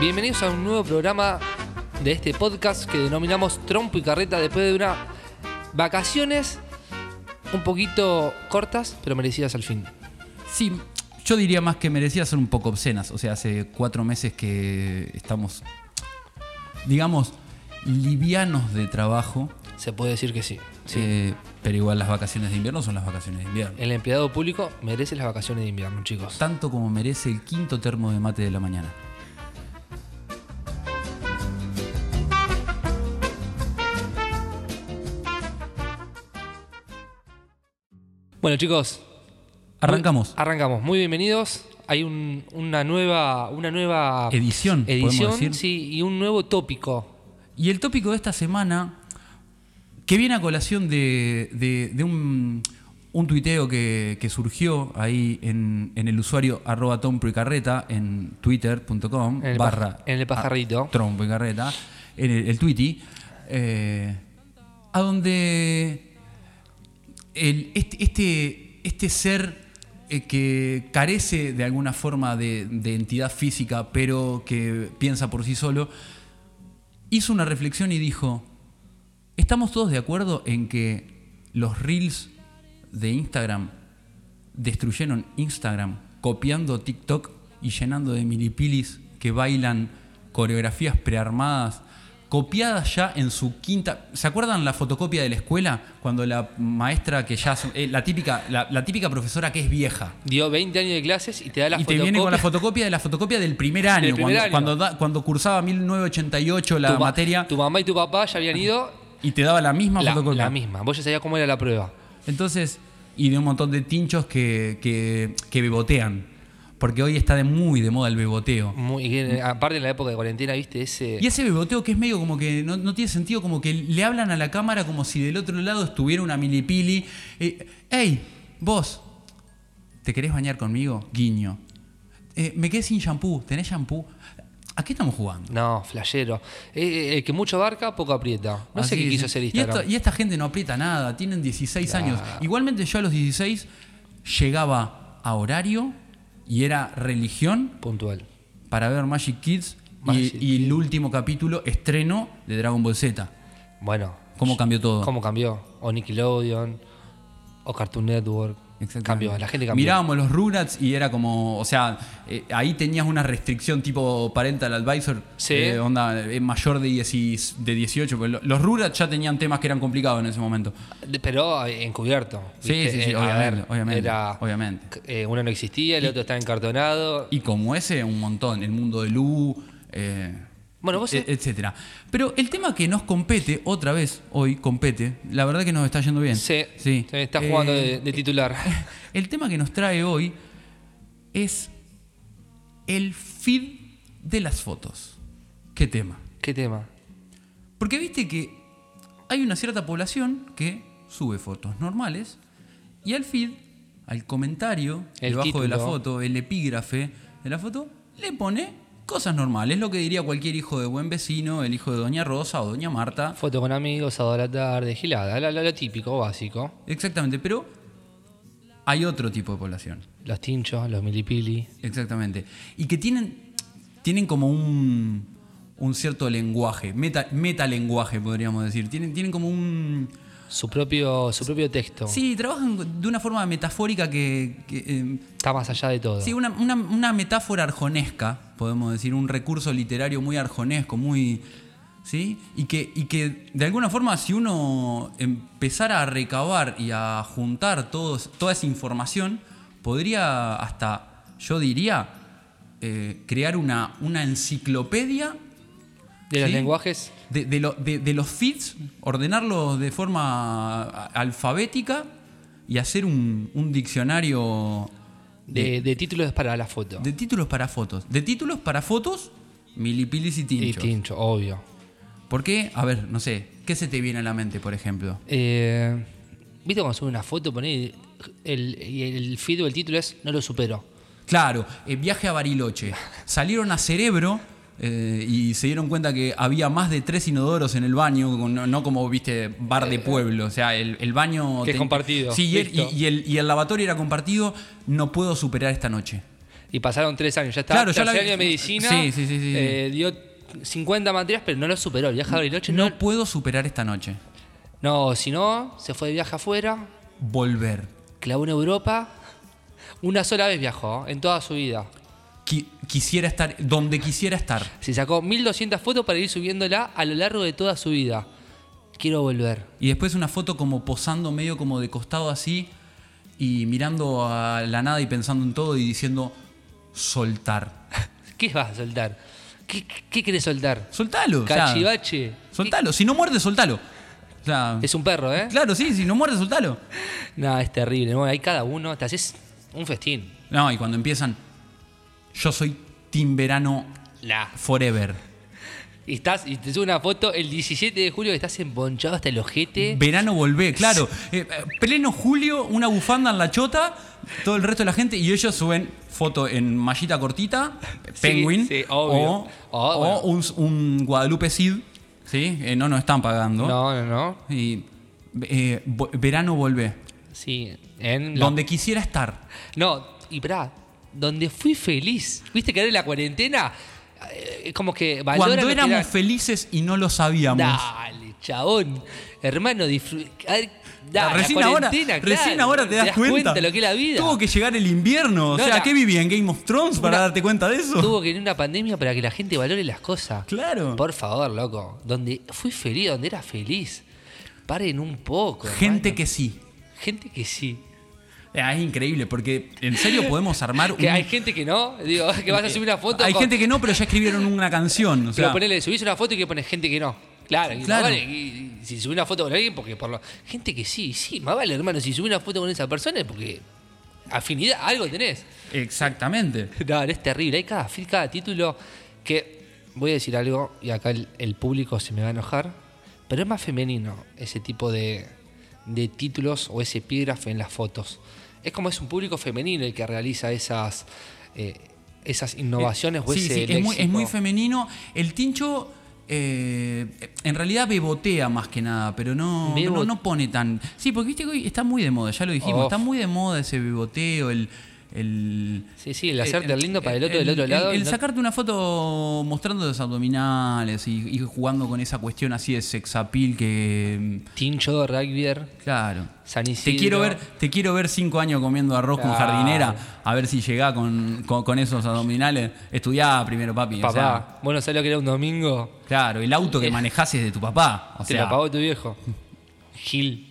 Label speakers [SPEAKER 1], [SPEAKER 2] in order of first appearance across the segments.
[SPEAKER 1] Bienvenidos a un nuevo programa de este podcast que denominamos Trompo y Carreta después de unas vacaciones un poquito cortas, pero merecidas al fin.
[SPEAKER 2] Sí, yo diría más que merecidas son un poco obscenas. O sea, hace cuatro meses que estamos, digamos, livianos de trabajo.
[SPEAKER 1] Se puede decir que sí. sí. Eh.
[SPEAKER 2] eh, pero igual las vacaciones de invierno son las vacaciones de invierno.
[SPEAKER 1] El empleado público merece las vacaciones de invierno, chicos.
[SPEAKER 2] Tanto como merece el quinto termo de mate de la mañana.
[SPEAKER 1] Bueno, chicos,
[SPEAKER 2] Arrancamos.
[SPEAKER 1] Arrancamos. Muy bienvenidos. Hay un- una nueva, una nueva
[SPEAKER 2] Edición, podemos
[SPEAKER 1] edición,
[SPEAKER 2] decir.
[SPEAKER 1] sí, y un nuevo tópico.
[SPEAKER 2] Y el tópico de esta semana, que viene a colación de, de- de un, un tuiteo que, que surgió ahí en, en el usuario arroba trompo y carreta en twitter.com
[SPEAKER 1] En el
[SPEAKER 2] barra Ah.
[SPEAKER 1] paj- en el pajarrito.
[SPEAKER 2] a- trompo y carreta, en el, el tweety, eh, a donde el- este, este, este ser eh, que carece de alguna forma de- de entidad física, pero que piensa por sí solo, hizo una reflexión y dijo, ¿estamos todos de acuerdo en que los reels de Instagram destruyeron Instagram copiando TikTok y llenando de milipilis que bailan coreografías prearmadas? Copiadas ya en su quinta. ¿Se acuerdan la fotocopia de la escuela? Cuando la maestra que ya. es- eh, la, típica, la- la típica profesora que es vieja
[SPEAKER 1] Dio 20 años de clases y te da la
[SPEAKER 2] y te viene con la
[SPEAKER 1] fotocopia.
[SPEAKER 2] fotocopia de la fotocopia del primer año,
[SPEAKER 1] Del primer
[SPEAKER 2] cuando,
[SPEAKER 1] año.
[SPEAKER 2] Cuando, da- cuando cursaba 1988 la
[SPEAKER 1] Tu ma-
[SPEAKER 2] materia
[SPEAKER 1] Tu mamá y tu papá ya habían ido.
[SPEAKER 2] y te daba la misma
[SPEAKER 1] La,
[SPEAKER 2] fotocopia.
[SPEAKER 1] la misma. Vos ya sabías cómo era la prueba.
[SPEAKER 2] Entonces, y de un montón de tinchos que, que, que bebotean, porque hoy está de muy de moda el beboteo.
[SPEAKER 1] Muy, y en- aparte en la época de cuarentena, viste, ese.
[SPEAKER 2] Y ese beboteo que es medio como que no, no tiene sentido, como que le hablan a la cámara como si del otro lado estuviera una milipili. Eh, ¡Ey! Vos, ¿te querés bañar conmigo? Guiño. Eh, me quedé sin shampoo, ¿tenés shampoo? ¿A qué estamos jugando?
[SPEAKER 1] No, flashero. Eh, eh, el que mucho abarca, poco aprieta. No sé
[SPEAKER 2] Así
[SPEAKER 1] qué
[SPEAKER 2] es.
[SPEAKER 1] quiso hacer
[SPEAKER 2] Y
[SPEAKER 1] Instagram.
[SPEAKER 2] esta- Y, esta gente no aprieta nada, tienen 16 años. Igualmente yo a los 16 llegaba a horario y era religión
[SPEAKER 1] Puntual.
[SPEAKER 2] para ver Magic Kids y-
[SPEAKER 1] Magic
[SPEAKER 2] y, el último capítulo, estreno de Dragon Ball Z.
[SPEAKER 1] Bueno.
[SPEAKER 2] ¿Cómo cambió todo?
[SPEAKER 1] ¿Cómo cambió? O Nickelodeon, o Cartoon Network.
[SPEAKER 2] Exactamente.
[SPEAKER 1] Cambió, la gente cambió.
[SPEAKER 2] Mirábamos los Runats y era como, o sea, eh, ahí tenías una restricción tipo parental advisor,
[SPEAKER 1] Sí.
[SPEAKER 2] eh, onda eh, mayor de, 16 de 18, porque lo- los Runats ya tenían temas que eran complicados en ese momento.
[SPEAKER 1] De- Pero eh, encubierto.
[SPEAKER 2] Sí,
[SPEAKER 1] ¿viste?
[SPEAKER 2] sí, sí,
[SPEAKER 1] Eh, a
[SPEAKER 2] obviamente,
[SPEAKER 1] ver,
[SPEAKER 2] obviamente,
[SPEAKER 1] era-
[SPEAKER 2] obviamente.
[SPEAKER 1] eh, uno no existía, el otro estaba encartonado.
[SPEAKER 2] Y como ese, un montón. El mundo de Lu. eh,
[SPEAKER 1] Bueno, vos
[SPEAKER 2] e-
[SPEAKER 1] sé-
[SPEAKER 2] Etcétera. Pero el tema que nos compete, otra vez, hoy compete, la verdad que nos está yendo bien.
[SPEAKER 1] Sí, se está jugando
[SPEAKER 2] Eh,
[SPEAKER 1] de, de titular.
[SPEAKER 2] El tema que nos trae hoy es el feed de las fotos. ¿Qué tema?
[SPEAKER 1] ¿Qué tema?
[SPEAKER 2] Porque viste que hay una cierta población que sube fotos normales y al feed, al comentario
[SPEAKER 1] El
[SPEAKER 2] debajo de la
[SPEAKER 1] título.
[SPEAKER 2] foto, el epígrafe de la foto, le pone cosas normales, lo que diría cualquier hijo de buen vecino, el hijo de Doña Rosa o Doña Marta.
[SPEAKER 1] Foto con amigos, sábado a la tarde, gilada, la- la- lo típico, básico.
[SPEAKER 2] Exactamente, pero hay otro tipo de población.
[SPEAKER 1] Los tinchos, los milipili.
[SPEAKER 2] Exactamente. Y que tienen, tienen como un, un cierto lenguaje, meta, metalenguaje podríamos decir. Tienen, tienen como un...
[SPEAKER 1] Su propio, su propio texto.
[SPEAKER 2] Sí, trabajan de una forma metafórica que. que, eh,
[SPEAKER 1] Está más allá de todo.
[SPEAKER 2] sí, una, una- una metáfora arjonesca, podemos decir, un recurso literario muy arjonesco, muy. ¿Sí? Y que, y que de alguna forma, si uno empezara a recabar y a juntar todos, toda esa información, podría hasta, yo diría, eh, crear una, una enciclopedia
[SPEAKER 1] de los
[SPEAKER 2] sí.
[SPEAKER 1] lenguajes.
[SPEAKER 2] de, de lo- de- de los feeds, ordenarlos de forma a- alfabética y hacer un, un diccionario
[SPEAKER 1] De, de títulos para la foto.
[SPEAKER 2] de títulos para fotos. De títulos para fotos, milipilis y
[SPEAKER 1] y
[SPEAKER 2] tinchos.
[SPEAKER 1] tincho, obvio.
[SPEAKER 2] ¿Por qué? A ver, no sé, ¿qué se te viene a la mente, por ejemplo?
[SPEAKER 1] Eh, ¿Viste cuando sube una foto? Poné el, y el feed o el título es No lo supero.
[SPEAKER 2] Claro, eh, viaje a Bariloche. Salieron a Cerebro eh, y se dieron cuenta que había más de tres inodoros en el baño, no, no como, viste, bar de pueblo. O sea, el, el baño...
[SPEAKER 1] Eh, Que es compartido,
[SPEAKER 2] Sí, y el,
[SPEAKER 1] listo.
[SPEAKER 2] y- y el- y el lavatorio era compartido. No puedo superar esta noche.
[SPEAKER 1] Y pasaron tres años. Ya estaba
[SPEAKER 2] Claro, ya la
[SPEAKER 1] tercer
[SPEAKER 2] vi-
[SPEAKER 1] año de medicina.
[SPEAKER 2] Sí, sí, sí, sí, sí.
[SPEAKER 1] eh, dio 50 materias, pero no lo superó. El viaje a Bariloche no.
[SPEAKER 2] No puedo superar esta noche.
[SPEAKER 1] No, si no, se fue de viaje afuera,
[SPEAKER 2] Volver.
[SPEAKER 1] clavó en Europa. Una sola vez viajó ¿eh? en toda su vida.
[SPEAKER 2] Qui- quisiera estar donde quisiera estar.
[SPEAKER 1] Se sacó 1200 fotos para ir subiéndola a lo largo de toda su vida. Quiero volver.
[SPEAKER 2] Y después una foto como posando medio como de costado así y mirando a la nada y pensando en todo y diciendo soltar.
[SPEAKER 1] ¿Qué vas a soltar? ¿Qué, qué, qué querés soltar?
[SPEAKER 2] Soltalo. o sea,
[SPEAKER 1] Cachivache.
[SPEAKER 2] soltalo. Si no muerde, soltalo. O sea,
[SPEAKER 1] Es un perro, ¿eh?
[SPEAKER 2] claro, sí, si no muerde, soltalo.
[SPEAKER 1] No, es terrible. Bueno, hay cada uno. Te haces un festín.
[SPEAKER 2] No, y cuando empiezan, yo soy timberano
[SPEAKER 1] La.
[SPEAKER 2] forever.
[SPEAKER 1] Y, estás, y te sube una foto el 17 de julio que estás emponchado hasta el ojete.
[SPEAKER 2] Verano volvé, claro. Eh, eh, pleno julio, una bufanda en la chota, todo el resto de la gente y ellos suben foto en mallita cortita, Penguin,
[SPEAKER 1] sí, obvio.
[SPEAKER 2] o,
[SPEAKER 1] Oh,
[SPEAKER 2] o
[SPEAKER 1] bueno.
[SPEAKER 2] un, un Guadalupe Cid, ¿sí? Eh, no nos están pagando.
[SPEAKER 1] No, no, no.
[SPEAKER 2] Y, eh, vo- verano volvé,
[SPEAKER 1] Sí. En la-
[SPEAKER 2] donde quisiera estar.
[SPEAKER 1] No, y pará, donde fui feliz. ¿Viste que ahora en la cuarentena? eh, Es como que valora lo
[SPEAKER 2] Cuando
[SPEAKER 1] que
[SPEAKER 2] éramos
[SPEAKER 1] era-
[SPEAKER 2] felices y no lo sabíamos.
[SPEAKER 1] Dale, chabón. Hermano, disfruta.
[SPEAKER 2] recién ahora, recién ahora te das,
[SPEAKER 1] cuenta. lo que es la vida.
[SPEAKER 2] Tuvo que llegar el invierno. o
[SPEAKER 1] No,
[SPEAKER 2] sea,
[SPEAKER 1] la-
[SPEAKER 2] ¿qué viví en Game of Thrones para
[SPEAKER 1] Una-
[SPEAKER 2] darte cuenta de eso?
[SPEAKER 1] Tuvo que venir una pandemia para que la gente valore las cosas.
[SPEAKER 2] Claro.
[SPEAKER 1] Por favor, loco. Donde fui feliz, donde era feliz. Paren un poco.
[SPEAKER 2] Gente
[SPEAKER 1] hermano.
[SPEAKER 2] que sí.
[SPEAKER 1] Gente que sí.
[SPEAKER 2] Ah, es increíble, porque en serio podemos armar
[SPEAKER 1] Que
[SPEAKER 2] un-
[SPEAKER 1] hay gente que no. Digo, que vas a subir una foto.
[SPEAKER 2] Hay
[SPEAKER 1] con-
[SPEAKER 2] gente que no, pero ya escribieron una canción. o
[SPEAKER 1] Pero
[SPEAKER 2] sea,
[SPEAKER 1] ponele, subís una foto y que pones gente que no. Claro, y
[SPEAKER 2] Claro.
[SPEAKER 1] más vale, y- y si subís una foto con alguien, porque por lo. Gente que sí, sí, más vale, hermano. Si subís una foto con esa persona es porque afinidad, algo tenés.
[SPEAKER 2] Exactamente.
[SPEAKER 1] No, no, es terrible. Hay cada fil, cada título que. Voy a decir algo y acá el, el público se me va a enojar. Pero es más femenino ese tipo de, de títulos o ese epígrafe en las fotos. Es como es un público femenino el que realiza esas, eh, esas innovaciones o
[SPEAKER 2] Sí,
[SPEAKER 1] ese
[SPEAKER 2] sí, es, muy, es
[SPEAKER 1] léxico.
[SPEAKER 2] muy femenino. El tincho eh, en realidad bebotea más que nada, pero no,
[SPEAKER 1] Bebo-
[SPEAKER 2] no, no pone tan. Sí, porque viste que hoy está muy de moda, ya lo dijimos,
[SPEAKER 1] Of.
[SPEAKER 2] está muy de moda ese beboteo, el. el
[SPEAKER 1] Sí, sí, el hacerte
[SPEAKER 2] eh,
[SPEAKER 1] el lindo para el otro
[SPEAKER 2] el-
[SPEAKER 1] del otro lado.
[SPEAKER 2] El,
[SPEAKER 1] y
[SPEAKER 2] el
[SPEAKER 1] no-
[SPEAKER 2] sacarte una foto mostrando los abdominales y, y jugando con esa cuestión así de sexapil que. mm,
[SPEAKER 1] Tincho, rugbyer,
[SPEAKER 2] Claro.
[SPEAKER 1] San
[SPEAKER 2] Te
[SPEAKER 1] Isidro.
[SPEAKER 2] quiero, ver, te quiero ver cinco años comiendo arroz con
[SPEAKER 1] Claro.
[SPEAKER 2] jardinera, a ver si llegá con, con- con esos abdominales. Estudiá primero, papi. o
[SPEAKER 1] Papá,
[SPEAKER 2] sea,
[SPEAKER 1] vos no sabés lo que era un domingo.
[SPEAKER 2] claro, el auto que manejás es de tu papá. O
[SPEAKER 1] Te
[SPEAKER 2] sea,
[SPEAKER 1] la pagó tu viejo. Gil.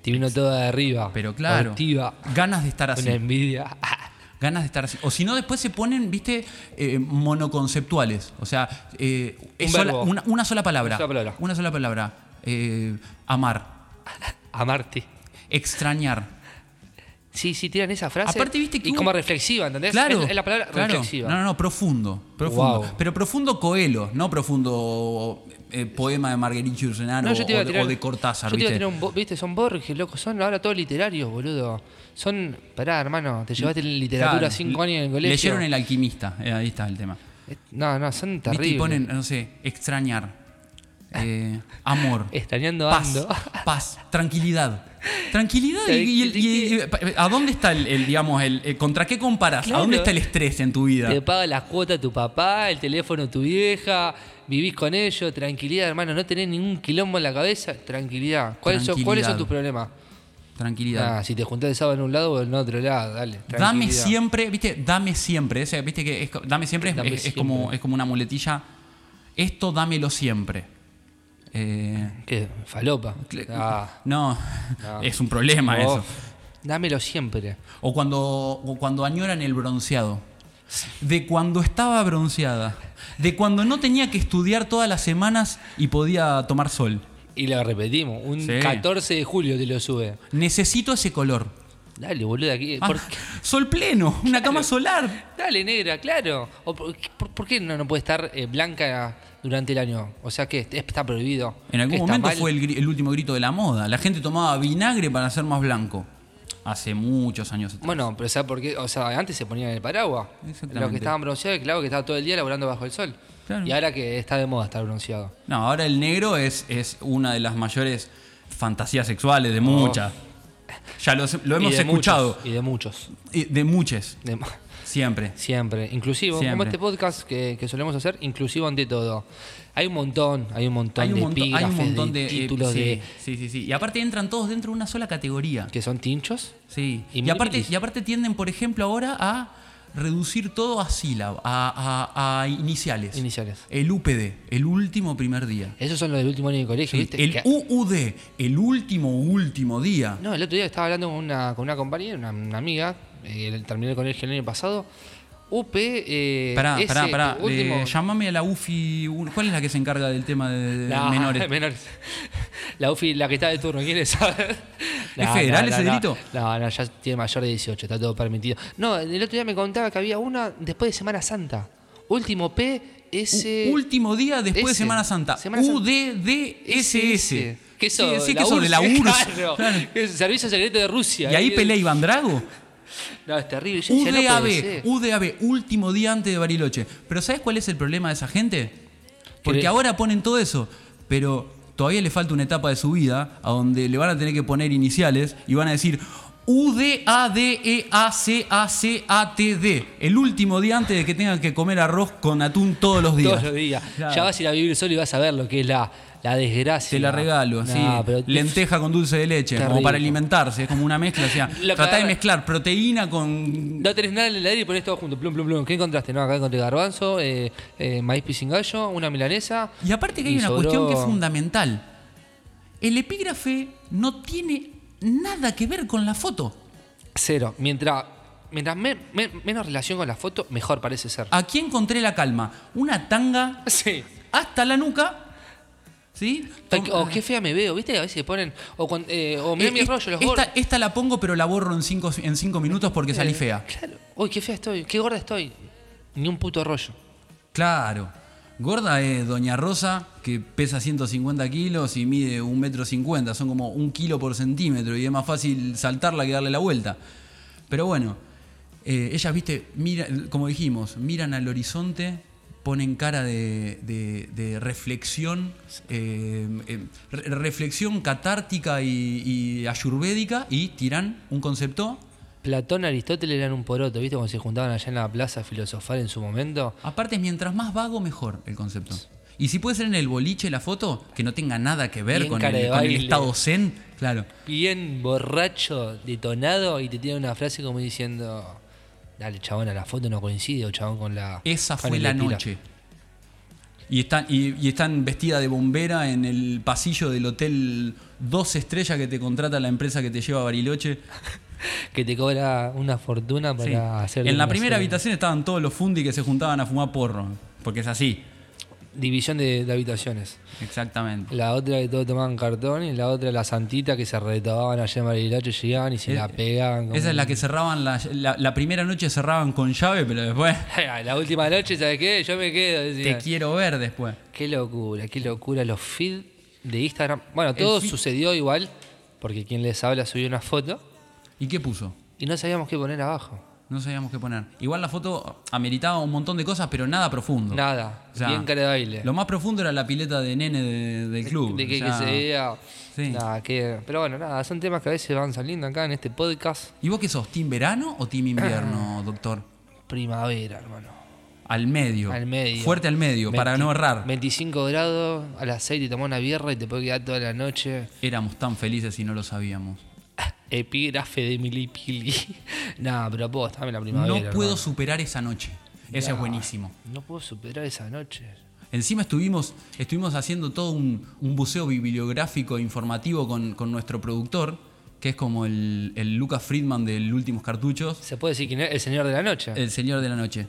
[SPEAKER 1] Te vino toda de arriba.
[SPEAKER 2] pero claro,
[SPEAKER 1] Altiva.
[SPEAKER 2] ganas de estar
[SPEAKER 1] Una
[SPEAKER 2] así.
[SPEAKER 1] envidia.
[SPEAKER 2] Ganas de estar así. O si no, después se ponen, viste, eh, monoconceptuales. O sea, eh, es
[SPEAKER 1] Un
[SPEAKER 2] sola-
[SPEAKER 1] verbo.
[SPEAKER 2] una, una sola
[SPEAKER 1] Una
[SPEAKER 2] palabra.
[SPEAKER 1] sola palabra.
[SPEAKER 2] Una sola palabra. Eh, amar.
[SPEAKER 1] Amarte.
[SPEAKER 2] Extrañar.
[SPEAKER 1] Sí, sí, tiran esa frase.
[SPEAKER 2] Aparte, viste que
[SPEAKER 1] Y
[SPEAKER 2] un-
[SPEAKER 1] como reflexiva, ¿entendés?
[SPEAKER 2] Claro.
[SPEAKER 1] Es, es la palabra
[SPEAKER 2] claro.
[SPEAKER 1] reflexiva.
[SPEAKER 2] No, no, no, profundo. profundo.
[SPEAKER 1] Wow.
[SPEAKER 2] Pero profundo Coelho, no profundo eh, poema de Marguerite Yourcenar
[SPEAKER 1] No,
[SPEAKER 2] o,
[SPEAKER 1] yo te iba a
[SPEAKER 2] o de-
[SPEAKER 1] tirar-
[SPEAKER 2] o de Cortázar,
[SPEAKER 1] yo te iba a
[SPEAKER 2] ¿viste?
[SPEAKER 1] tirar un bo- viste, son Borges, loco, son ahora todos literarios, boludo. Son, pará, hermano, te llevaste literatura
[SPEAKER 2] Claro.
[SPEAKER 1] cinco años en el colegio.
[SPEAKER 2] Leyeron El Alquimista, eh, ahí está el tema.
[SPEAKER 1] No, no, son
[SPEAKER 2] ¿Viste?
[SPEAKER 1] terribles.
[SPEAKER 2] Y ponen, no sé, extrañar, eh, amor,
[SPEAKER 1] Extrañando
[SPEAKER 2] paz,
[SPEAKER 1] ando.
[SPEAKER 2] paz, tranquilidad. Tranquilidad y,
[SPEAKER 1] ¿Sabés
[SPEAKER 2] y el-
[SPEAKER 1] qué?
[SPEAKER 2] y- y- pa- ¿a dónde está el, el, digamos, el, eh, contra qué comparas? ¿A
[SPEAKER 1] Claro. Eh,
[SPEAKER 2] dónde está el estrés en tu vida?
[SPEAKER 1] Te paga las cuotas tu papá, el teléfono tu vieja, vivís con ellos, tranquilidad, hermano, no tenés ningún quilombo en la cabeza, tranquilidad. ¿Cuáles, Son, ¿cuáles son
[SPEAKER 2] Tranquilidad.
[SPEAKER 1] tus problemas?
[SPEAKER 2] Tranquilidad.
[SPEAKER 1] Ah, si te juntás el sábado en un lado o en otro lado, dale.
[SPEAKER 2] Dame
[SPEAKER 1] tranquilidad.
[SPEAKER 2] siempre, viste, dame siempre. O sea, viste que es co- dame siempre es,
[SPEAKER 1] Dame
[SPEAKER 2] es- es como,
[SPEAKER 1] siempre.
[SPEAKER 2] es como una muletilla. Esto dámelo siempre. Eh,
[SPEAKER 1] ¿Qué? Falopa. Ah,
[SPEAKER 2] no,
[SPEAKER 1] No.
[SPEAKER 2] es un problema
[SPEAKER 1] oh,
[SPEAKER 2] eso.
[SPEAKER 1] Dámelo siempre.
[SPEAKER 2] O cuando, o cuando añoran el bronceado. De cuando estaba bronceada. De cuando no tenía que estudiar todas las semanas y podía tomar sol.
[SPEAKER 1] Y lo repetimos, un
[SPEAKER 2] Sí.
[SPEAKER 1] 14 de julio te lo sube.
[SPEAKER 2] Necesito ese color.
[SPEAKER 1] Dale, boludo, aquí.
[SPEAKER 2] Ah,
[SPEAKER 1] ¿por qué?
[SPEAKER 2] Sol pleno, una cama solar.
[SPEAKER 1] Dale, negra, claro. O por, por- por qué no, no puede estar eh, blanca durante el año? O sea, que está prohibido.
[SPEAKER 2] En algún
[SPEAKER 1] ¿Qué está
[SPEAKER 2] momento
[SPEAKER 1] mal?
[SPEAKER 2] fue el, gri- el último grito de la moda. La gente tomaba vinagre para ser más blanco. Hace muchos años. atrás.
[SPEAKER 1] Bueno, pero ¿sabes por qué? O sea, antes se ponían el paraguas.
[SPEAKER 2] Exactamente.
[SPEAKER 1] Los que estaban bronceados, claro, que estaba todo el día laborando bajo el sol.
[SPEAKER 2] Claro.
[SPEAKER 1] Y ahora que está de moda estar bronceado.
[SPEAKER 2] No, ahora el negro es, es una de las mayores fantasías sexuales de muchas. Ya los- lo hemos
[SPEAKER 1] Oh. Y de
[SPEAKER 2] escuchado
[SPEAKER 1] muchos, y de muchos.
[SPEAKER 2] Y de muchos,
[SPEAKER 1] de mu-
[SPEAKER 2] siempre.
[SPEAKER 1] siempre. Inclusivo, como
[SPEAKER 2] Siempre.
[SPEAKER 1] este podcast que, que solemos hacer, inclusivo ante todo. Hay un montón, hay un montón
[SPEAKER 2] Hay un,
[SPEAKER 1] de
[SPEAKER 2] montón, hay un
[SPEAKER 1] epígrafes,
[SPEAKER 2] montón
[SPEAKER 1] de,
[SPEAKER 2] de, eh,
[SPEAKER 1] títulos
[SPEAKER 2] sí,
[SPEAKER 1] de,
[SPEAKER 2] sí, sí, sí. Y aparte entran todos dentro de una sola categoría.
[SPEAKER 1] que son tinchos.
[SPEAKER 2] Sí.
[SPEAKER 1] Y
[SPEAKER 2] Y, aparte,
[SPEAKER 1] minimis.
[SPEAKER 2] y aparte tienden, por ejemplo, ahora a reducir todo a sílabas, a, a- a iniciales.
[SPEAKER 1] Iniciales.
[SPEAKER 2] El UPD, el último primer día.
[SPEAKER 1] Esos son los del último año de colegio, ¿viste?
[SPEAKER 2] El
[SPEAKER 1] Que-
[SPEAKER 2] UUD, el último último día.
[SPEAKER 1] No, el otro día estaba hablando con una, con una compañera, una, una amiga, eh, terminé el colegio el año pasado. UP. Eh,
[SPEAKER 2] Pará,
[SPEAKER 1] ese
[SPEAKER 2] pará, pará.
[SPEAKER 1] último-
[SPEAKER 2] Eh, llámame a la UFI. ¿Cuál es la que se encarga del tema de, de
[SPEAKER 1] No,
[SPEAKER 2] menores?
[SPEAKER 1] La UFI, la que está de turno, ¿quién es?
[SPEAKER 2] federal ese delito?
[SPEAKER 1] No, no, ya tiene mayor de 18, está todo permitido. No, el otro día me contaba que había una después de Semana Santa. Último P, S.
[SPEAKER 2] U- último día después de
[SPEAKER 1] ese.
[SPEAKER 2] Semana Santa.
[SPEAKER 1] Semana Santa.
[SPEAKER 2] UDDSS.
[SPEAKER 1] ¿Qué es eso?
[SPEAKER 2] Sí, sí, que eso de la URSS.
[SPEAKER 1] claro.
[SPEAKER 2] Claro.
[SPEAKER 1] Que es Servicio Secreto de Rusia. eh.
[SPEAKER 2] Y ahí pelea Iván Drago.
[SPEAKER 1] No, es terrible. Yo decía, no puede
[SPEAKER 2] UDAB,
[SPEAKER 1] ser.
[SPEAKER 2] UDAB, último día antes de Bariloche. Pero ¿sabes cuál es el problema de esa gente? Porque
[SPEAKER 1] Que-
[SPEAKER 2] ahora ponen todo eso, pero todavía le falta una etapa de su vida a donde le van a tener que poner iniciales y van a decir E UDADEACACATD, el último día antes de que tengan que comer arroz con atún todos los días.
[SPEAKER 1] Todos los días.
[SPEAKER 2] Claro.
[SPEAKER 1] Ya vas a ir a vivir solo y vas a ver lo que es la, la desgracia.
[SPEAKER 2] Te la regalo,
[SPEAKER 1] No,
[SPEAKER 2] así.
[SPEAKER 1] pero-
[SPEAKER 2] Lenteja con dulce de leche,
[SPEAKER 1] Está
[SPEAKER 2] como para
[SPEAKER 1] rico.
[SPEAKER 2] alimentarse, es como una mezcla. O sea,
[SPEAKER 1] Lo que
[SPEAKER 2] tratá de
[SPEAKER 1] agarra-
[SPEAKER 2] mezclar proteína con
[SPEAKER 1] No tenés nada en el aire y ponés todo junto. Plum, plum, plum. ¿Qué encontraste? No, acá encontré garbanzo, eh, eh, maíz pisingallo, una milanesa.
[SPEAKER 2] Y aparte que hay
[SPEAKER 1] Y
[SPEAKER 2] una
[SPEAKER 1] sobró-
[SPEAKER 2] cuestión que es fundamental. El epígrafe no tiene nada que ver con la foto.
[SPEAKER 1] Cero. Mientras, mientras me- me- menos relación con la foto, mejor parece ser.
[SPEAKER 2] Aquí encontré la calma. Una tanga
[SPEAKER 1] Sí.
[SPEAKER 2] hasta la nuca. ¿Sí?
[SPEAKER 1] O, o qué fea me veo, ¿viste? A veces ponen. O, cuan- eh, o mirá
[SPEAKER 2] Eh,
[SPEAKER 1] mi
[SPEAKER 2] est-
[SPEAKER 1] rollo, los
[SPEAKER 2] esta,
[SPEAKER 1] gordos. Eh,
[SPEAKER 2] esta la pongo pero la borro en cinco, en cinco minutos porque salí fea.
[SPEAKER 1] Claro. Uy, qué fea estoy. Qué gorda estoy. Ni un puto rollo.
[SPEAKER 2] Claro. Gorda es Doña Rosa, que pesa 150 kilos y mide 1,50 metro cincuenta. Son como un kilo por centímetro y es más fácil saltarla que darle la vuelta. Pero bueno, eh, ellas, viste, mira, como dijimos, miran al horizonte, ponen cara de, de- de reflexión, eh, eh, re- reflexión catártica y, y ayurvédica y tiran un concepto.
[SPEAKER 1] Platón, Aristóteles eran un poroto, ¿viste? Cuando se juntaban allá en la plaza a filosofar en su momento.
[SPEAKER 2] Aparte, mientras más vago, mejor el concepto. Y si puede ser en el boliche la foto, que no tenga nada que ver
[SPEAKER 1] Bien
[SPEAKER 2] con
[SPEAKER 1] cara
[SPEAKER 2] el,
[SPEAKER 1] de
[SPEAKER 2] con el
[SPEAKER 1] baile.
[SPEAKER 2] estado zen, claro.
[SPEAKER 1] bien borracho, detonado, y te tiene una frase como diciendo, dale, chabón, a la foto no coincide, o chabón con la...
[SPEAKER 2] Esa
[SPEAKER 1] con
[SPEAKER 2] fue
[SPEAKER 1] el
[SPEAKER 2] la
[SPEAKER 1] de tira".
[SPEAKER 2] noche. Y están, y, y están vestidas de bombera en el pasillo del hotel dos estrellas que te contrata la empresa que te lleva a Bariloche.
[SPEAKER 1] Que te cobra una fortuna para
[SPEAKER 2] Sí.
[SPEAKER 1] hacer...
[SPEAKER 2] En la
[SPEAKER 1] una sola-
[SPEAKER 2] primera habitación estaban todos los fundi que se juntaban a fumar porro. Porque es así.
[SPEAKER 1] División de, de habitaciones.
[SPEAKER 2] Exactamente.
[SPEAKER 1] La otra que todos tomaban cartón y la otra la santita que se retababan allá en Bariloche, llegaban y se
[SPEAKER 2] Es-
[SPEAKER 1] la pegaban. como
[SPEAKER 2] Eh, Esa es la
[SPEAKER 1] un-
[SPEAKER 2] que cerraban, la, la- la primera noche cerraban con llave, pero después
[SPEAKER 1] La última noche, ¿sabes qué? Yo me quedo.
[SPEAKER 2] te
[SPEAKER 1] decían.
[SPEAKER 2] quiero ver después.
[SPEAKER 1] Qué locura, qué locura. Los feed de Instagram. Bueno, todo
[SPEAKER 2] feed-
[SPEAKER 1] sucedió igual, porque quien les habla subió una foto.
[SPEAKER 2] ¿Y qué puso?
[SPEAKER 1] Y no sabíamos qué poner abajo.
[SPEAKER 2] No sabíamos qué poner. Igual la foto ameritaba un montón de cosas, pero nada profundo.
[SPEAKER 1] Nada.
[SPEAKER 2] O sea,
[SPEAKER 1] bien cara de baile.
[SPEAKER 2] Lo más profundo era la pileta de nene de- del club.
[SPEAKER 1] de que,
[SPEAKER 2] o
[SPEAKER 1] que
[SPEAKER 2] sea,
[SPEAKER 1] se vea.
[SPEAKER 2] sí.
[SPEAKER 1] Nada, que- pero bueno, nada, son temas que a veces van saliendo acá en este podcast.
[SPEAKER 2] ¿Y vos qué sos? ¿Team verano o team invierno, doctor?
[SPEAKER 1] Primavera, hermano.
[SPEAKER 2] Al medio.
[SPEAKER 1] Al medio.
[SPEAKER 2] Fuerte al medio, para
[SPEAKER 1] 20
[SPEAKER 2] no errar.
[SPEAKER 1] 25 grados, a las 6 te tomás una birra y te puede quedar toda la noche.
[SPEAKER 2] Éramos tan felices y no lo sabíamos.
[SPEAKER 1] Epígrafe de milipili. nada, pero vos, dame la primavera.
[SPEAKER 2] no puedo
[SPEAKER 1] hermano.
[SPEAKER 2] superar esa noche. Ese es buenísimo.
[SPEAKER 1] No puedo superar esa noche.
[SPEAKER 2] Encima estuvimos, estuvimos haciendo todo un, un buceo bibliográfico e informativo con, con nuestro productor, que es como el, el Lucas Friedman del Últimos Cartuchos.
[SPEAKER 1] Se puede decir quién es el señor de la noche.
[SPEAKER 2] El Señor de la Noche.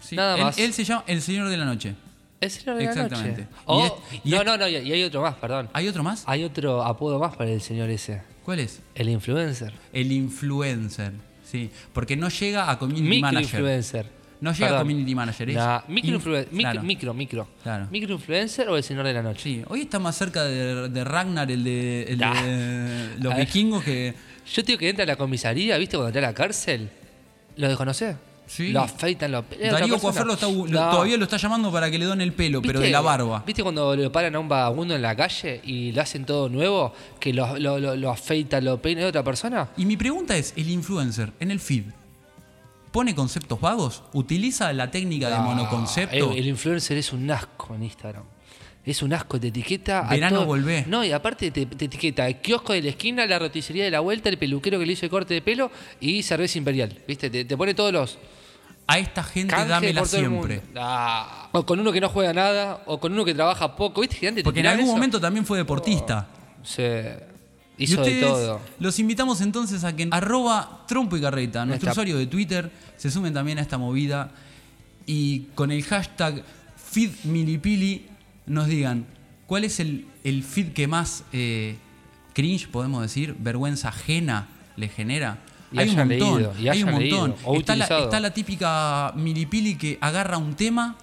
[SPEAKER 2] Sí,
[SPEAKER 1] Nada
[SPEAKER 2] él,
[SPEAKER 1] más.
[SPEAKER 2] él se llama El Señor de la Noche.
[SPEAKER 1] el señor de
[SPEAKER 2] exactamente.
[SPEAKER 1] la noche.
[SPEAKER 2] Y
[SPEAKER 1] O-
[SPEAKER 2] es- y
[SPEAKER 1] no,
[SPEAKER 2] es-
[SPEAKER 1] no, no, y y hay otro más, perdón.
[SPEAKER 2] ¿Hay otro más?
[SPEAKER 1] Hay otro apodo más para el señor ese.
[SPEAKER 2] ¿Cuál es?
[SPEAKER 1] El influencer.
[SPEAKER 2] El influencer. Sí, porque no llega a community manager.
[SPEAKER 1] Microinfluencer.
[SPEAKER 2] No llega
[SPEAKER 1] Perdón.
[SPEAKER 2] community manager, es
[SPEAKER 1] Nah,
[SPEAKER 2] inf-
[SPEAKER 1] microinfluen- mic-
[SPEAKER 2] claro.
[SPEAKER 1] Micro, micro.
[SPEAKER 2] Claro.
[SPEAKER 1] Microinfluencer o el señor de la noche.
[SPEAKER 2] Sí, hoy está más cerca de, de Ragnar, el de, el de los
[SPEAKER 1] A ver.
[SPEAKER 2] vikingos, que
[SPEAKER 1] Yo te digo que entra a la comisaría, ¿viste? Cuando entra a la cárcel. ¿Lo desconocés?
[SPEAKER 2] Sí.
[SPEAKER 1] Lo afeitan, lo pelean.
[SPEAKER 2] Darío Coafer lo está- lo- todavía lo está llamando para que le den el pelo, pero de la barba.
[SPEAKER 1] ¿Viste cuando lo paran a un vagabundo en la calle y lo hacen todo nuevo? Que lo, lo, lo, lo afeitan, lo peinan de otra persona.
[SPEAKER 2] Y mi pregunta es, ¿el influencer en el feed pone conceptos vagos? ¿Utiliza la técnica de
[SPEAKER 1] Ah,
[SPEAKER 2] monoconcepto?
[SPEAKER 1] El, el influencer es un asco en Instagram. Es un asco, te etiqueta. a
[SPEAKER 2] Verano
[SPEAKER 1] todo-
[SPEAKER 2] volvé.
[SPEAKER 1] No, y aparte te, te etiqueta el kiosco de la esquina, la roticería de la vuelta, el peluquero que le hizo el corte de pelo y cerveza imperial. ¿Viste? Te, te pone todos los
[SPEAKER 2] A esta gente
[SPEAKER 1] canjes
[SPEAKER 2] dámela
[SPEAKER 1] por todo el
[SPEAKER 2] siempre.
[SPEAKER 1] mundo. Ah, o con uno que no juega nada, o con uno que trabaja poco. ¿Viste? que antes te
[SPEAKER 2] Porque en
[SPEAKER 1] tiran
[SPEAKER 2] algún
[SPEAKER 1] eso?
[SPEAKER 2] momento también fue deportista.
[SPEAKER 1] Se
[SPEAKER 2] Y
[SPEAKER 1] hizo de
[SPEAKER 2] ustedes
[SPEAKER 1] todo.
[SPEAKER 2] los invitamos entonces a que arroba trompo y carreta, nuestro
[SPEAKER 1] Nuestra-
[SPEAKER 2] usuario de Twitter, se sumen también a esta movida y con el hashtag feedmilipili nos digan cuál es el, el feed que más eh, cringe, podemos decir, vergüenza ajena le genera.
[SPEAKER 1] Y
[SPEAKER 2] hay un
[SPEAKER 1] hayan
[SPEAKER 2] montón,
[SPEAKER 1] leído, y
[SPEAKER 2] hay un
[SPEAKER 1] hayan leído,
[SPEAKER 2] montón.
[SPEAKER 1] o
[SPEAKER 2] Está la,
[SPEAKER 1] utilizado.
[SPEAKER 2] está la típica milipili que agarra un tema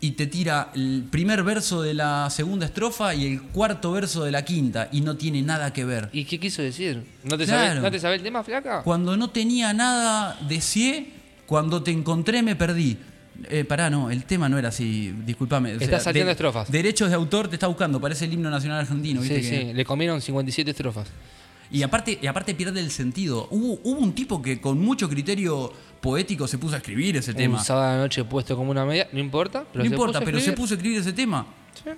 [SPEAKER 2] y te tira el primer verso de la segunda estrofa y el cuarto verso de la quinta y no tiene nada que ver.
[SPEAKER 1] ¿Y qué quiso decir? ¿No te,
[SPEAKER 2] Claro.
[SPEAKER 1] sabés, ¿No te sabés el tema, flaca?
[SPEAKER 2] Cuando no tenía nada deseé, cuando te encontré me perdí. Eh, pará, no, el tema no era así, discúlpame. o
[SPEAKER 1] Estás salteando estrofas.
[SPEAKER 2] Derechos de autor te está buscando, parece el himno nacional argentino, ¿viste?
[SPEAKER 1] Sí,
[SPEAKER 2] que-
[SPEAKER 1] sí, le comieron 57 estrofas.
[SPEAKER 2] Y aparte, y aparte pierde el sentido. Hubo, hubo un tipo que con mucho criterio poético se puso a escribir ese tema.
[SPEAKER 1] Un sábado a la noche puesto como una media, no importa. Pero
[SPEAKER 2] no
[SPEAKER 1] se
[SPEAKER 2] importa,
[SPEAKER 1] puso a
[SPEAKER 2] pero se
[SPEAKER 1] escribir.
[SPEAKER 2] puso a escribir ese tema.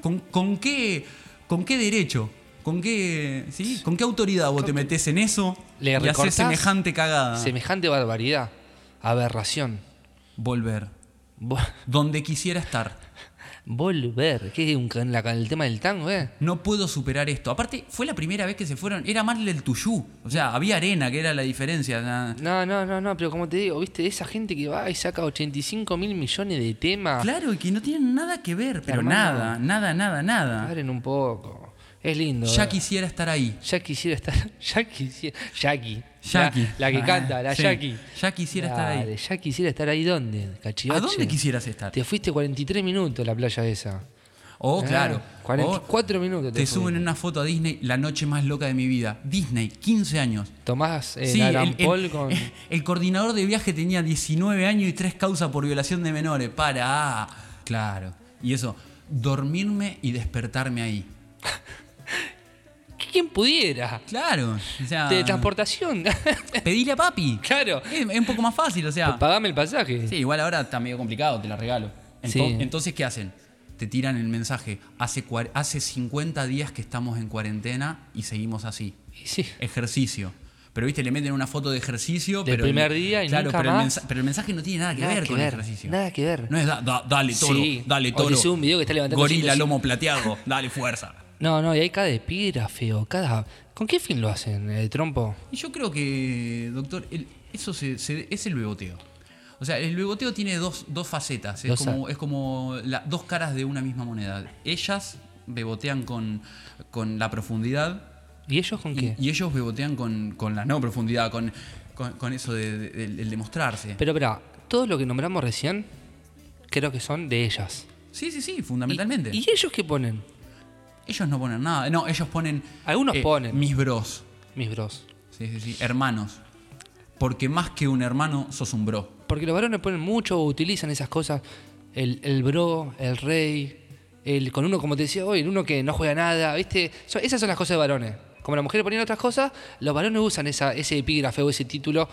[SPEAKER 2] ¿Con, con qué, ¿Con qué derecho? ¿Con qué, sí? ¿Con qué autoridad vos te metés en eso
[SPEAKER 1] Le
[SPEAKER 2] y haces
[SPEAKER 1] recortás
[SPEAKER 2] semejante cagada?
[SPEAKER 1] Semejante barbaridad, aberración,
[SPEAKER 2] Volver.
[SPEAKER 1] Vo-
[SPEAKER 2] Donde quisiera estar.
[SPEAKER 1] volver. ¿Qué es un can- la- el tema del tango, eh?
[SPEAKER 2] No puedo superar esto. Aparte, fue la primera vez que se fueron. Era más el tuyú. O sea, había arena, que era la diferencia. Ah. na-
[SPEAKER 1] No, no, no, no, pero como te digo, viste, esa gente que va y saca 85 mil millones de temas,
[SPEAKER 2] Claro, y que no tienen nada que ver, pero
[SPEAKER 1] Ah. Hermano.
[SPEAKER 2] nada, nada, nada, nada.
[SPEAKER 1] paren un poco. Es lindo.
[SPEAKER 2] Ya
[SPEAKER 1] eh.
[SPEAKER 2] quisiera estar ahí.
[SPEAKER 1] Ya quisiera estar. Ya quisiera. Jackie.
[SPEAKER 2] Jackie.
[SPEAKER 1] La, la que
[SPEAKER 2] Ah,
[SPEAKER 1] canta, la
[SPEAKER 2] sí.
[SPEAKER 1] Jackie.
[SPEAKER 2] Ya quisiera estar ahí.
[SPEAKER 1] Dale, Ya quisiera estar ahí, ¿dónde? Cachivache.
[SPEAKER 2] ¿A dónde quisieras estar?
[SPEAKER 1] Te fuiste 43 minutos a la playa esa.
[SPEAKER 2] Oh,
[SPEAKER 1] Ah,
[SPEAKER 2] claro. Oh,
[SPEAKER 1] 44 minutos te
[SPEAKER 2] Te suben
[SPEAKER 1] fuiste.
[SPEAKER 2] una foto a Disney, la noche más loca de mi vida. Disney, 15 años.
[SPEAKER 1] Tomás eh,
[SPEAKER 2] Sí,
[SPEAKER 1] Alan Paul
[SPEAKER 2] el-
[SPEAKER 1] con.
[SPEAKER 2] el coordinador de viaje tenía 19 años y tres causas por violación de menores. Para. Claro. Y eso, dormirme y despertarme ahí.
[SPEAKER 1] ¿Quién pudiera?
[SPEAKER 2] Claro. O sea,
[SPEAKER 1] Ah. Teletransportación.
[SPEAKER 2] pedile a papi.
[SPEAKER 1] claro.
[SPEAKER 2] Es, es un poco más fácil, o sea.
[SPEAKER 1] Pagame el pasaje.
[SPEAKER 2] Sí, igual ahora está medio complicado, te la regalo. Ento-
[SPEAKER 1] Sí.
[SPEAKER 2] Entonces, ¿qué hacen? Te tiran el mensaje. Hace, cua- hace 50 días que estamos en cuarentena y seguimos así.
[SPEAKER 1] Y sí.
[SPEAKER 2] Ejercicio. Pero viste, le meten una foto de ejercicio.
[SPEAKER 1] Del
[SPEAKER 2] pero
[SPEAKER 1] primer día y
[SPEAKER 2] claro,
[SPEAKER 1] nunca
[SPEAKER 2] pero, El
[SPEAKER 1] más.
[SPEAKER 2] mensa- pero el mensaje no tiene nada que
[SPEAKER 1] Nada
[SPEAKER 2] ver
[SPEAKER 1] que
[SPEAKER 2] con
[SPEAKER 1] ver,
[SPEAKER 2] el ejercicio.
[SPEAKER 1] nada que ver.
[SPEAKER 2] No es da- da- dale toro,
[SPEAKER 1] Sí.
[SPEAKER 2] dale
[SPEAKER 1] O te
[SPEAKER 2] toro.
[SPEAKER 1] sube un video que está levantando
[SPEAKER 2] Gorila,
[SPEAKER 1] 105.
[SPEAKER 2] lomo plateado, dale fuerza.
[SPEAKER 1] No, no, y hay cada espira feo, cada. ¿Con qué fin lo hacen, el trompo?
[SPEAKER 2] Y yo creo que, doctor, el- eso se- se- es el beboteo. O sea, el beboteo tiene dos, dos facetas. Es
[SPEAKER 1] Dos
[SPEAKER 2] como, es como la- dos caras de una misma moneda. Ellas bebotean con, con la profundidad
[SPEAKER 1] ¿Y ellos con
[SPEAKER 2] y,
[SPEAKER 1] qué?
[SPEAKER 2] y ellos bebotean con, con la no profundidad, con, con, con eso de, de- del- del demostrarse.
[SPEAKER 1] Pero, pero, todo lo que nombramos recién, creo que son de ellas.
[SPEAKER 2] sí, sí, sí, fundamentalmente.
[SPEAKER 1] ¿Y, y ellos qué ponen?
[SPEAKER 2] ellos no ponen nada. No, ellos ponen. eh,
[SPEAKER 1] Algunos ponen.
[SPEAKER 2] Mis bros.
[SPEAKER 1] Mis bros.
[SPEAKER 2] Sí, sí, sí. Hermanos. Porque más que un hermano, sos un bro.
[SPEAKER 1] Porque los varones ponen mucho o utilizan esas cosas. El, el bro, el rey, el con uno, como te decía hoy, el uno que no juega nada, ¿viste? So- esas son las cosas de varones. Como las mujeres ponían otras cosas, los varones usan esa, ese epígrafe o ese título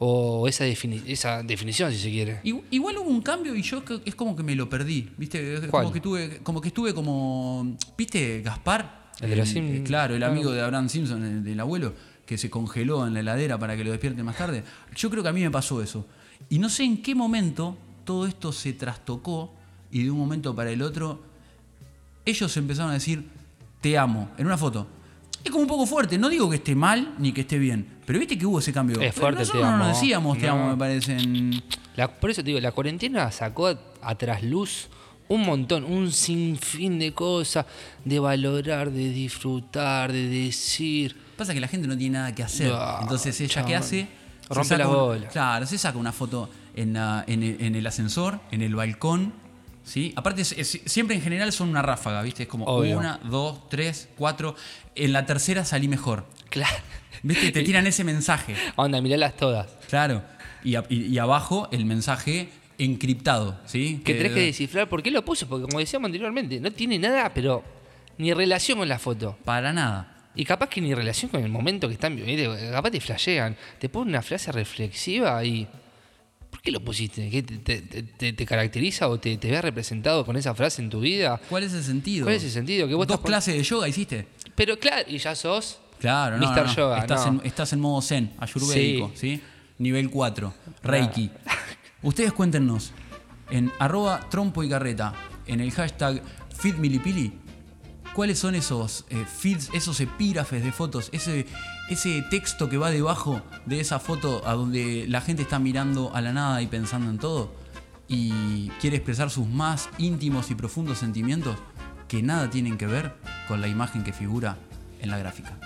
[SPEAKER 1] o esa, defini- esa definición, si se quiere.
[SPEAKER 2] Igu- Igual hubo un cambio y yo que- es como que me lo perdí, ¿viste? Es Como
[SPEAKER 1] ¿Cuál?
[SPEAKER 2] que tuve como que estuve como ¿viste Gaspar?
[SPEAKER 1] El de los Sim-
[SPEAKER 2] eh, Claro, el
[SPEAKER 1] claro.
[SPEAKER 2] amigo de Abraham Simpson, el del abuelo, que se congeló en la heladera para que lo despierten más tarde. Yo creo que a mí me pasó eso. Y no sé en qué momento todo esto se trastocó y de un momento para el otro ellos empezaron a decir te amo en una foto. Es como un poco fuerte, no digo que esté mal ni que esté bien, pero viste que hubo ese cambio.
[SPEAKER 1] Es fuerte,
[SPEAKER 2] Nosotros
[SPEAKER 1] te
[SPEAKER 2] no nos
[SPEAKER 1] amo.
[SPEAKER 2] decíamos te amo,
[SPEAKER 1] No.
[SPEAKER 2] me parece. en-
[SPEAKER 1] La- por eso te digo, la cuarentena sacó a, a trasluz un montón, un sinfín de cosas, de valorar, de disfrutar, de decir.
[SPEAKER 2] Pasa que la gente no tiene nada que hacer.
[SPEAKER 1] Ah,
[SPEAKER 2] Entonces ella
[SPEAKER 1] chabón.
[SPEAKER 2] qué hace? Se
[SPEAKER 1] Rompe
[SPEAKER 2] saca
[SPEAKER 1] las
[SPEAKER 2] un-
[SPEAKER 1] bolas.
[SPEAKER 2] ah, Claro, se saca una foto en, la- en el, en el ascensor, en el balcón, ¿sí? Aparte, es- es- siempre en general son una ráfaga, ¿viste? Es como
[SPEAKER 1] Obvio.
[SPEAKER 2] una, dos, tres, cuatro. En la tercera salí mejor.
[SPEAKER 1] Claro.
[SPEAKER 2] ¿Viste? Te tiran ese mensaje.
[SPEAKER 1] Onda, miralas todas.
[SPEAKER 2] Claro. Y, a- y- y abajo el mensaje encriptado, ¿sí?
[SPEAKER 1] Que tenés que descifrar por qué lo puso, porque como decíamos anteriormente, no tiene nada, pero ni relación con la foto.
[SPEAKER 2] Para nada.
[SPEAKER 1] Y capaz que ni relación con el momento que están viviendo. Capaz te flashean. Te ponen una frase reflexiva y. ¿Por qué lo pusiste? ¿Qué te, te- te- te- te caracteriza o te, te ves representado con esa frase en tu vida?
[SPEAKER 2] ¿Cuál es el sentido?
[SPEAKER 1] ¿Cuál es el sentido? Que vos
[SPEAKER 2] ¿Dos
[SPEAKER 1] estás pon-
[SPEAKER 2] clases de yoga hiciste?
[SPEAKER 1] Pero claro, y ya sos.
[SPEAKER 2] Claro, no.
[SPEAKER 1] Mr.
[SPEAKER 2] no, no.
[SPEAKER 1] Yoga,
[SPEAKER 2] Estás,
[SPEAKER 1] no.
[SPEAKER 2] En, estás en modo zen, ayurvédico, ¿sí? Nivel 4, Reiki. Ustedes cuéntenos en arroba trompo y carreta, en el hashtag feedmilipili, ¿cuáles son esos eh, feeds, esos epígrafes de fotos, ese, ese texto que va debajo de esa foto a donde la gente está mirando a la nada y pensando en todo y quiere expresar sus más íntimos y profundos sentimientos que nada tienen que ver con la imagen que figura en la gráfica?